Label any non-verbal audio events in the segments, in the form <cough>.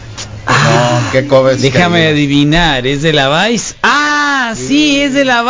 No, qué cobes. Déjame adivinar, es de la Vice. Ah, sí, es de la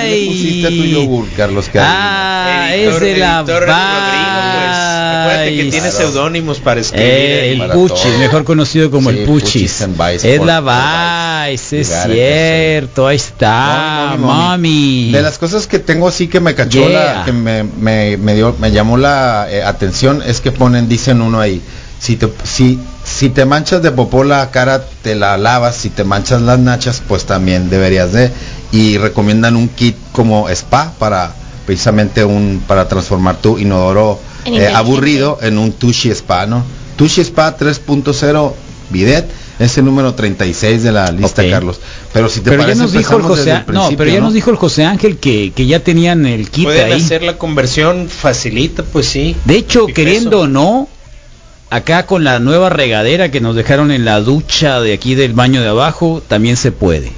¿Qué le pusiste a tu VAI. yogur, Carlos Carolina? Ah, es Editor- de la editor Rodrigo Rodrigo, pues. Acuérdate que VAI. tiene seudónimos para escribir. Eh, ahí. el para Puchis, todo. mejor conocido como Sí, el Puchis Puchis. and Vice, es por- la por Vice. Vice, es Lugares, cierto, ahí está, Mami, mami. De las cosas que tengo sí que me cachó Yeah. la, que me, me- me dio, me llamó la eh, atención es que ponen, dicen uno ahí, si te, si, si te manchas de popó la cara te la lavas, si te manchas las nachas pues también deberías de y recomiendan un kit como spa para precisamente un para transformar tu inodoro En eh, inteligente. aburrido en un Tushi Spa, ¿no? Tushi Spa 3.0 bidet es el número 36 de la lista, Ok. Carlos. Pero si te pero ya parece, nos dijo el empezamos desde José, el no, pero ya principio, nos dijo el José Ángel que, que ya tenían el kit Pueden ahí. hacer la conversión facilita, pues sí. De hecho, Qué queriendo peso. o no, acá con la nueva regadera que nos dejaron en la ducha de aquí del baño de abajo, también se puede.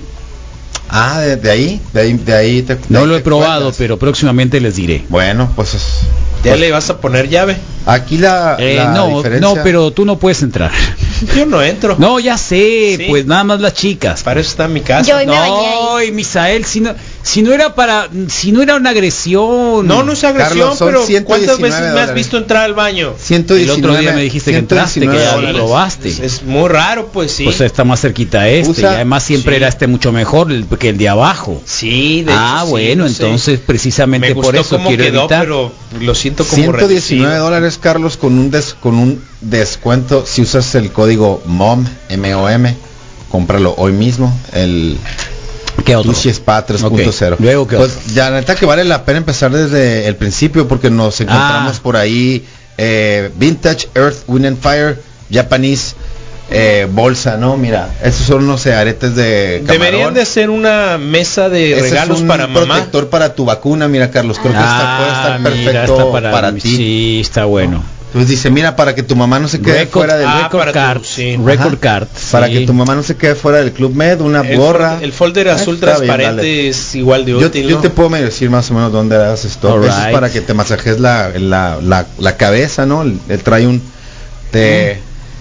Ah, de, de ahí, de ahí, de ahí te- No de- lo he te probado, cuentas. pero próximamente les diré. Bueno, pues es- Ya pues, le vas a poner llave. aquí la, Eh, la no, diferencia- no, pero tú no puedes entrar. <laughs> Yo no entro. No, ya sé, Sí. pues nada más las chicas. Para eso está mi casa. Yo- Hoy me bañé No, y Misael, si no, si no era para, si no era una agresión. No, no es agresión, Carlos, son pero ¿cuántas 119 veces me has dólares. visto entrar al baño? 119, El otro día me dijiste que entraste, que ya 119 lo dólares. probaste. Es, es muy raro, pues sí. O sea, está más cerquita a este. Usa- y además siempre sí. era este mucho mejor el- que el de abajo. sí, de ah, hecho, sí, bueno, no sé. entonces precisamente me por gustó eso cómo quiero quedó, evitar. pero lo siento como 119 reducido. dólares, Carlos, con un des- con un descuento si usas el código MOM, M O M. Cómpralo hoy mismo, el ¿Qué otro? Tushi Spa 3.0. Ok, luego, ¿qué pues ya neta que vale la pena empezar desde el principio porque Ah. nos encontramos por ahí eh, Vintage Earth Wind and Fire Japanese eh, bolsa, ¿no? Mira, esos son los aretes de camarón. Deberían de hacer una mesa de Ese es regalos un para mamá. protector para tu vacuna, mira Carlos, creo que esta puede Ah, estar mira, perfecto está para, ti. Sí, está bueno. Entonces dice, mira, para que tu mamá no se quede Record, fuera del Ah, record para tu- card, sí. record Ajá. card, para sí. que tu mamá no se quede fuera del Club Med, una El, gorra. fol- el folder Ah, azul está bien, transparente dale. es igual de Yo, útil, yo ¿no? te puedo medio decir más o menos dónde hagas esto. All Eso right. es para que te masajes la, la, la, la cabeza, ¿no? El- el trae un... Te,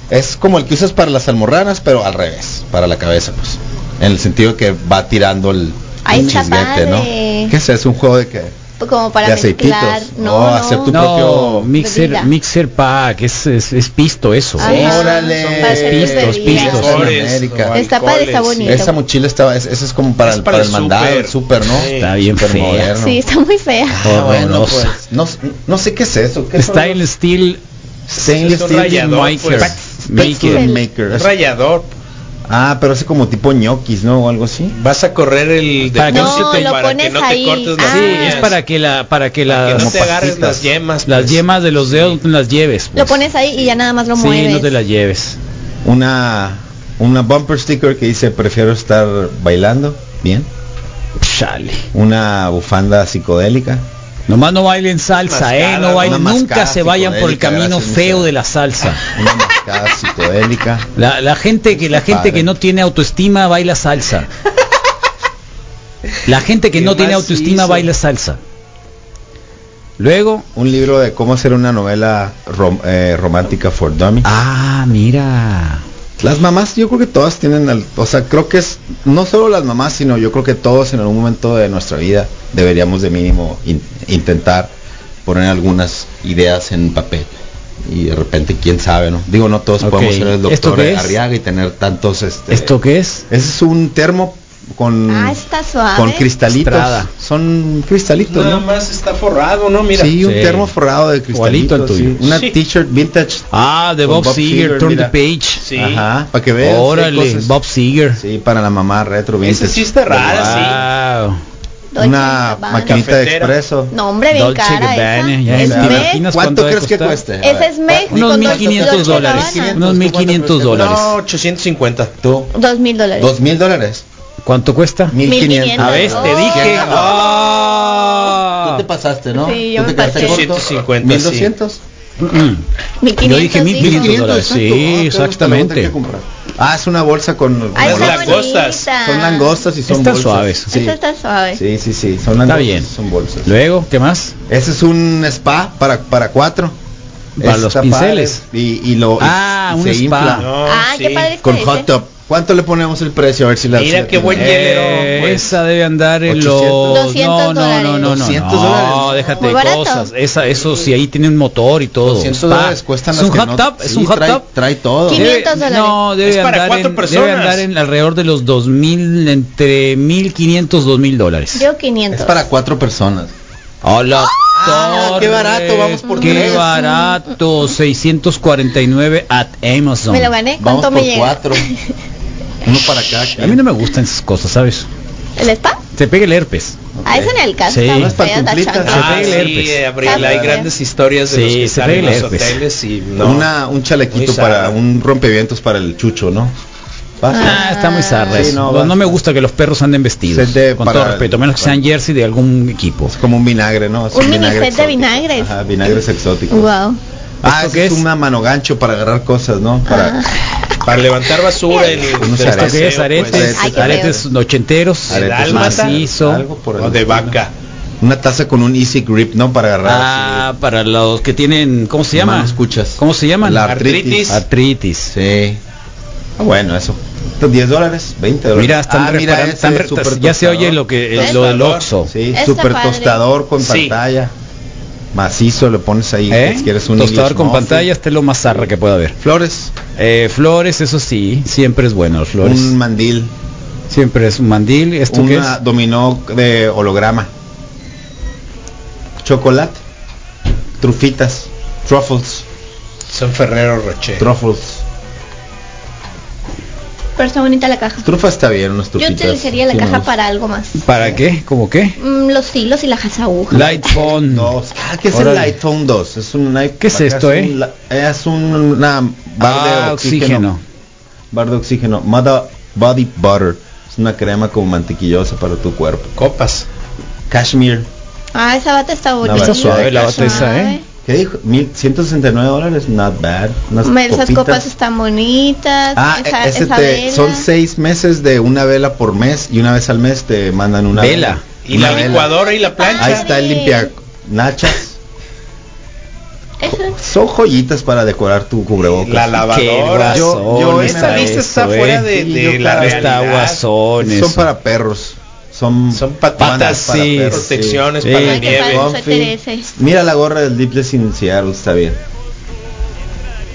Es como el que usas para las almorranas, pero al revés, para la cabeza, pues. En el sentido que va tirando el... Ay, el está chisguete, padre. ¿no? ¿Qué es eso? Es un juego de que... Como para De aceititos. mezclar. No, Oh, no. hacer tu- No, propio- mixer, Bebida. mixer pack, es, es, es pisto eso. Ajá. ¿eh? son para hacer pistos, bebidas. pistos. en Colores, América. Está padre, alcoholes, está bonito. Esa mochila estaba, es- esa es como para, Es el, para para el el mandado, súper. el súper, ¿no? Sí. Está bien Súper fea. moderno. Sí, está muy fea. Ah, bueno, Horrorosa. pues, no, no sé qué es eso. ¿qué son Style Steel Stainless Es un steel rallador, maker. pues. Maker. Pixel. Maker. Un rallador. Ah, pero es como tipo ñoquis, ¿no? O algo así. Vas a correr el Para que no depósito se te- lo para que pones no te ahí. cortes las Ah. Sí, Es para que la para que que las no como te agarres pastitas. las yemas. las pues. yemas de los dedos no las lleves. Lo pues. pones ahí y ya nada más lo Sí, mueves. no te las lleves. Una una bumper sticker que dice prefiero estar bailando, bien. Chale. Una bufanda psicodélica. Nomás no bailen salsa, Mascada, eh, no bailen, una nunca mascada se vayan por el psicodélica, camino gracias, feo Michelle. de la salsa. Una mascada psicodélica. La, la gente que la Está gente que padre. no tiene autoestima baila salsa. La gente que Qué no tiene macizo. autoestima baila salsa. Luego, Un libro de cómo hacer una novela rom- eh, romántica for dummies. ah, mira. Las mamás, yo creo que todas tienen, al- o sea, creo que es no solo las mamás, sino yo creo que todos en algún momento de nuestra vida deberíamos de mínimo in- intentar poner algunas ideas en papel. Y de repente, quién sabe, ¿no? Digo, no todos Ok. podemos ser el ¿Esto doctor qué es? Arriaga y tener tantos, este... ¿Esto qué es? Ese es un termo con, Ah, está suave. con cristalitos. Estrada. Son cristalitos, Nada ¿no? más está forrado, ¿no? Mira. sí, un Sí. termo forrado de Igualito al cristalitos. sí. tuyo. Una Sí. t-shirt vintage. Ah, de Con Bob, Bob Seger, Seger, Turn mira. the Page. Sí. Ajá, para que veas. hay Órale, cosas- Bob Seger. Sí, para la mamá retro vintage. ah, sí está rara, sí. Wow. Dolce Una Gabbana. maquinita de Cafetera. expreso. No, hombre, bien Dolce cara Gabbana, esa. ya Es está. Meg. ¿Te imaginas cuánto ¿Cuánto debe crees que costar? cueste? A Esa ver, es Meg. Unos con 1500 Dolce dólares. Gabbana. Unos 1500 dólares. No, 850. ¿Tú? 2000 dólares. ¿Dos mil dólares? ¿Cuánto cuesta? Mil quinientos. A ver, te Oh. dije. Tú te Ah. pasaste, ¿no? Sí, yo ¿Tú me te quedaste pasé. corto? 850, ¿Mil doscientos? Yo dije 1500 dijo. dólares. exacto. Ah, Sí, claro, te exactamente. lo voy a tener que comprar. Ah, es una bolsa con... Ah, Las está bolsas. langostas. bonita. Son langostas y son Están bolsas. suaves. Sí. Esa está suave. sí, sí, sí, Son Está langostas, bien. son bolsas. Luego, ¿qué más? Ese es un spa para, para cuatro. Para los Está pinceles. padre. Y, y lo... y- Ah, y un se spa. infla No, Ah, sí. qué padre está Con ese. hot top. ¿Cuánto le ponemos el precio? A ver si Eh, la Mira si la qué buen tiene. dinero, pues. Eh, Esa debe andar en 800. los 200 no, no, no, no, no, 200 no, dólares. déjate Muy de barato. cosas. Esa, eso sí ahí tiene un motor y todo. 200 Pa. dólares cuestan es las un que hot no- tub, es sí, un hot trae, tub. Trae todo. ¿Quién- Debe- 500 dólares. No, debe Es para andar cuatro en, personas. debe andar en alrededor de los 2000 entre 1500 2000 dólares. Yo 500. Es para cuatro personas. Hola. Ah, qué barato, vamos por Qué tres. barato, 649 at Amazon. Me lo gané. Vamos ¿Cuánto me por llega? <laughs> cuatro. Uno para cada A mí quien. no me gustan esas cosas, ¿sabes? ¿El spa? Te pega el herpes. A Ah, eso en el caso. Sí. está No es para fea la cumplitas. chancla. Ah, Se ve el sí, herpes. Gabriel, hay Ah, grandes historias de Sí, los que se están ve en el los herpes. hoteles y no. Una, un chalequito Muy sano. para un rompevientos para el chucho, ¿no? Basta. Ah, está muy zarra Sí, eso. no, No, no basta. me gusta que los perros anden vestidos. Set de con para- todo respeto, a menos que sean jersey de algún equipo. Es como un vinagre, ¿no? Es Un mini vinagre set de exótico. vinagres. Ajá, vinagres exóticos. Wow. Ah, ¿Esto ese qué es es? una mano gancho para agarrar cosas, ¿no? Para Ah. Para levantar basura en Unos aretes. del Esto que es paseo, aretes, pues, Ay, qué aretes ochenteros, pues, aretes aretes más- macizo. algo por el o de estilo. vaca. Una taza con un easy grip, ¿no? Para agarrar. Ah, para los que tienen, ¿cómo se llama? Mano, escuchas. ¿Cómo se llaman? La artritis. Artritis. así. Sí. Ah, bueno, eso. Entonces, 10 dólares, 20 dólares. Mira, están Ah, mira, reparando, ese están re- super ya se tostador. oye lo que eh, Eso. lo del Oxxo. Sí, Está super padre. tostador con Sí. pantalla. Macizo, le pones ahí. ¿Eh? si quieres un Tostador English con muffin. pantalla, este es lo más zarra que pueda haber. Flores. Eh, flores, eso sí, siempre es bueno, los flores. Un mandil. Siempre es un mandil, esto que es. Una dominó de holograma. Chocolate. Trufitas. Truffles. Son Ferrero Rocher. Truffles. Pero está bonita la caja. Trufa está bien, unas Yo trufitas. utilizaría la Sí, caja unos para algo más. ¿Para qué? ¿Cómo qué? Mm, los hilos y las agujas. Light phone. Dos. Ah, ¿qué es Órale. el iPhone 2? Es un iPhone. ¿Qué es acá esto, es eh? un la- es un, una bar Ah, de oxígeno. oxígeno. Bar de oxígeno. Mother Body Butter. Es una crema como mantequillosa para tu cuerpo. Copas. Cashmere. Ah, esa bata está bonita. bata suave, la bata esa, ¿eh? ¿Qué dijo? Mil- 169 dólares. Not bad. Unas Suave. Esas copitas. copas están bonitas. Ah, esa, ese esa te- vela. son seis meses de una vela por mes y una vez al mes te mandan una Vela. Y Una la vela. licuadora Ah, y la plancha. Ahí está el limpia nachas. Eso. Son joyitas para decorar tu cubrebocas. La lavadora. Qué Yo, yo guasón esa está lista está esto, fuera eh. de, Sí, de yo la cada vez Está realidad. guasón eso. Son para perros. Son, Son patitas, bandas para sí, perros, Protecciones Sí. para la Ay, qué nieve. padre, Comfy. suéter ese. Mira la gorra del Deepless in Seattle, está bien.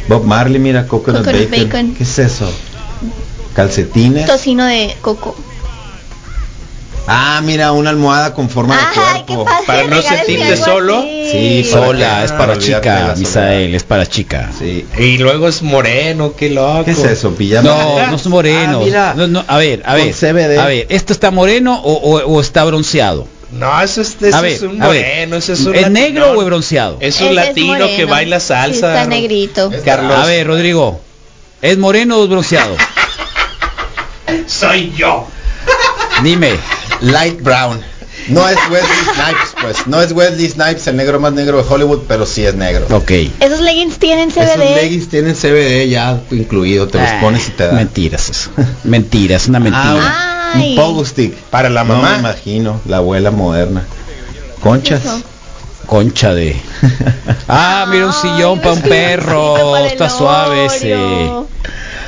Bob Marley, mira Coconut, Coconut bacon. Bacon. ¿Qué es eso? Calcetines. Tocino de coco. Ah, mira, una almohada con forma de Ay, qué cuerpo. padre. Para no regálenme sentirte algo solo. así. Sí, para- Sola, es para Olvídate de la chica, soledad. Misael, es para chica. Sí. Y luego es moreno, qué loco. ¿Qué es eso? Pijama. <laughs> No, no es moreno. Ah, mira. No, no, a ver, a Con ver. CBD. A ver, ¿esto está moreno o, o- o está bronceado? No, eso es, eso a ver, es un a ver. moreno, eso es un ¿Es latinón. negro o es bronceado? Es Ese un latino moreno. que baila Sí, salsa. está negrito. Carlos. A ver, Rodrigo. ¿Es moreno o es <laughs> bronceado? Soy yo. Dime. Light brown. No es Wesley Snipes, pues. No es Wesley Snipes, el negro más negro de Hollywood, pero sí es negro. Ok. Esos leggings tienen Esos CBD. leggings tienen CBD ya incluido, te los Ah, pones y te da. Ah, Mentiras eso. <laughs> Mentiras, una mentira. Ay. Un pogo stick. Para la No me mamá. imagino, la abuela moderna. Conchas. Eso. Concha <laughs> de. Ah, mira un sillón Ay, para un sí, sí, perro. para el Está suave ese. Oreo.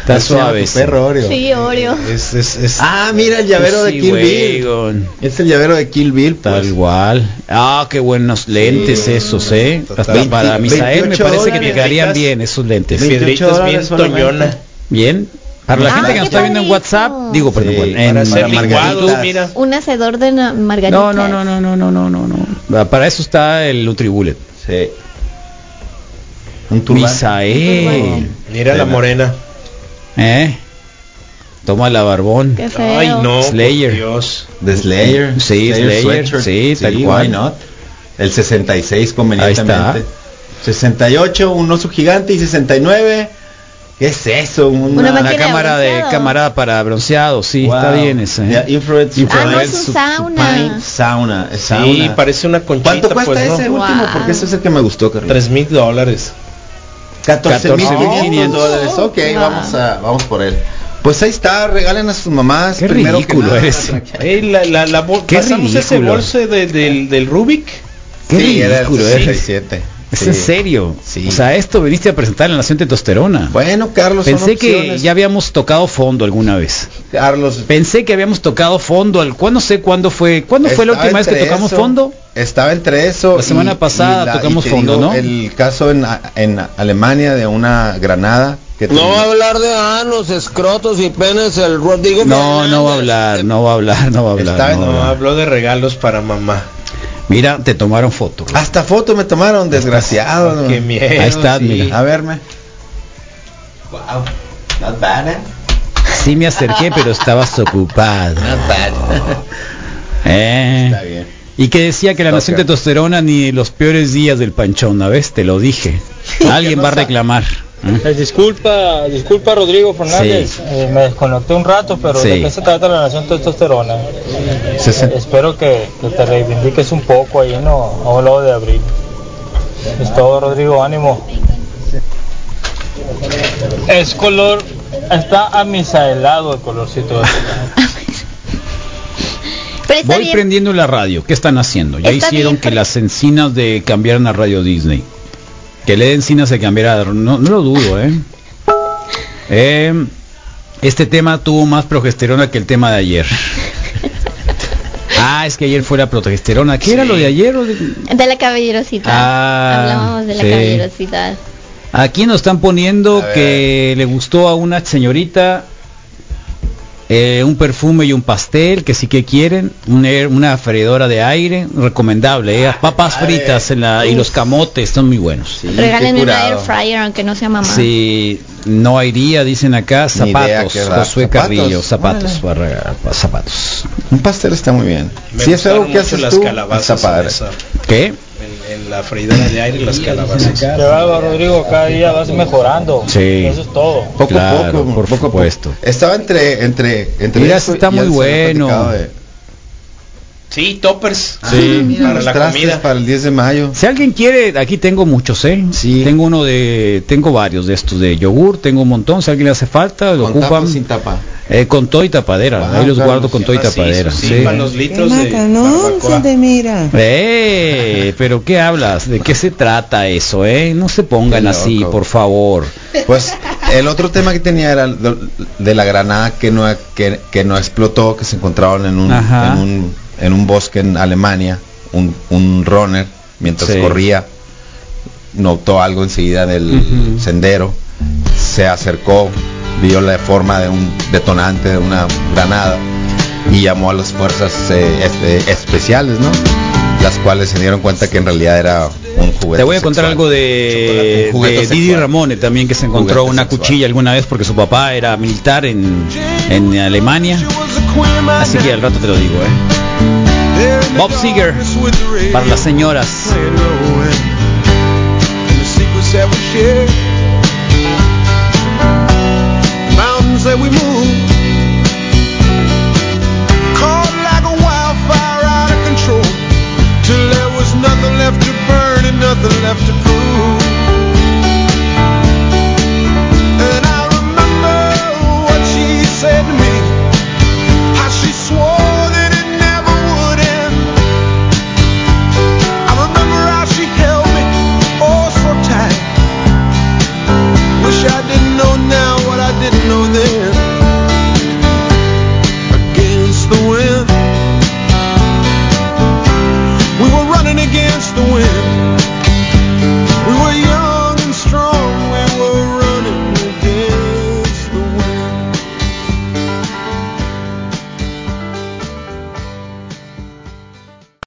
Está Se llama suave tu ese. perro Oreo. Sí, Oreo. Es, es, es- Ah, mira el llavero de Sí, Kill güey, Bill. con- Es el llavero de Kill Bill, Tal pues. cual. Ah, qué buenos lentes esos, ¿eh? Total. Hasta 20, para Misael me 28 parece que dólares. te quedarían bien esos lentes. Sí. Piedritas bien 28 dólares toñona. Bien. Para la Ay, gente que Ah, qué nos está viendo en bonito. WhatsApp, digo, perdón, Sí, en- Para Para hacer margaritas. licuados, mira. Un hacedor de na- margaritas. No, no, no, no, no, no, no, no, no. Para eso está el Nutribullet. Sí. Un turbante. Misael. Mira Tela. la morena. ¿Eh? Toma la barbón. Qué feo. Ay, no. por Slayer. Dios. De Slayer. Sí, Slayer, sweatshirt. sí, tal why cual. not? El 66 convenientemente. Ahí 68, un oso gigante y 69. ¿Qué es eso? Una La máquina de cámara de bronceado. cámara para bronceado, sí, Wow. está bien ese. ¿eh? Ya, infrared Ah, no, infrared es su- un sauna. supine sauna, eh, es Sí, sauna. parece una conchita. ¿Cuánto cuesta pues, ese ¿no? último? Wow. Porque ese es el que me gustó, Carlos. Tres mil dólares. 14.500 14,500 dólares. Ok, Wow. vamos, a, vamos por él. Pues ahí está, regalen a sus mamás. Qué primero que ridículo nada. eres. Ey, la, la, la bol- Qué pasamos ese ridículo. bolso de- del, del Rubik. Qué Sí, era el ridículo eres. 67. Es Sí. en serio. Sí. O sea, esto viniste a presentar en la Nación Testosterona. Bueno, Carlos, son Pensé que opciones. ya habíamos tocado fondo alguna vez. Carlos, Pensé que habíamos tocado fondo. al- ¿Cuándo sé cuándo fue? ¿Cuándo fue la Estaba última vez que entre tocamos eso- fondo? Estaba entre eso. La semana pasada tocamos te fondo, ¿no? El caso en, en Alemania de una granada que No va a terminó- hablar de anos, escrotos y penes el Rodrigo. No, no va a Fernández. hablar, no va a hablar, no va a Está hablar. en- no va a No, hablar. habló de regalos para mamá. Mira, te tomaron foto. güey. Hasta foto me tomaron, desgraciado. Qué ¿no? miedo. Ahí está, mira. A verme. eh. Sí me acerqué, pero estabas ocupado. <laughs> Eh. Está bien. Y que decía que la Toca. nación testosterona ni los peores días del panchón, ¿a ves? Te lo <laughs> dije. Alguien va a reclamar. ¿eh? Eh, disculpa, disculpa Rodrigo Fernández, Sí. eh, me desconecté un rato, pero Sí. ¿de qué se trata la nación testosterona? Eh, Espero que, que te reivindiques un poco ahí, ¿no? A un lado de abril. Es todo, Rodrigo, ánimo. Es color, está amisaelado el colorcito. Pero está Voy bien. prendiendo la radio. ¿Qué están haciendo? Ya Está hicieron bien, que pero- las encinas de cambiaran a Radio Disney. Que la encina se cambiara. No, no lo dudo, ¿eh? Eh, Este tema tuvo más progesterona que el tema de <laughs> ayer. Ah, es que ayer fue la progesterona. ¿Qué era lo de ayer? o de- De la caballerosidad. Ah, Hablábamos de la sí. caballerosidad. Aquí nos están poniendo A ver. que le gustó a una señorita eh, un perfume y un pastel, que sí que quieren, un air- una freidora de aire, recomendable, eh, papas madre. fritas en la, y los camotes, son muy buenos. Sí, Regálenme qué una curado. air fryer, aunque no sea mamá. Sí, no iría, dicen acá, Ni idea zapatos, qué va. Josué ¿Zapatos? Carrillo, zapatos, para, para zapatos. Un pastel está muy bien. Me si es algo gustaron que mucho haces las tú, calabazas está en, padre. esa- ¿Qué? en- en la freidora de aire y las calabazas. Te va, Rodrigo, cada día vas mejorando. Sí. Eso es todo. Poco a Claro, poco, por poco a poco. supuesto. Estaba entre entre entre Mira, eso está y muy ya se había bueno. platicado de- Sí, toppers. Ah, Sí, para la trastes comida. para el 10 de mayo. Si alguien quiere, aquí tengo muchos, ¿eh? Sí. Tengo uno de, tengo varios de estos de yogur, tengo un montón. Si alguien le hace falta, lo Con ocupan. tapa o sin tapa. Eh, con todo y tapadera, Ah, Wow, ahí los claro, guardo con todo y Macizo, tapadera. sí, sí. para los litros de Macanón barbacoa. se te mira. Eh, pero ¿qué hablas? ¿De qué se trata eso, eh? No se pongan Qué así, loco. por favor. Pues el otro tema que tenía era de, de la granada que no que, que no explotó, que se encontraron en un Ajá. en un, en un bosque en Alemania, un, un runner mientras Sí. corría notó algo enseguida del Ujú. sendero, se acercó, vio la forma de un detonante de una granada y llamó a las fuerzas eh, este, especiales, ¿no? Las cuales se dieron cuenta que en realidad era un juguete. Te voy a contar sexual. algo de, Chocolate, un de juguete Didi sexual. Ramone también que se encontró Juguete una sexual. cuchilla alguna vez porque su papá era militar en, en Alemania. Así que al rato te lo digo, eh. Bob Seger para las señoras. secrets that we share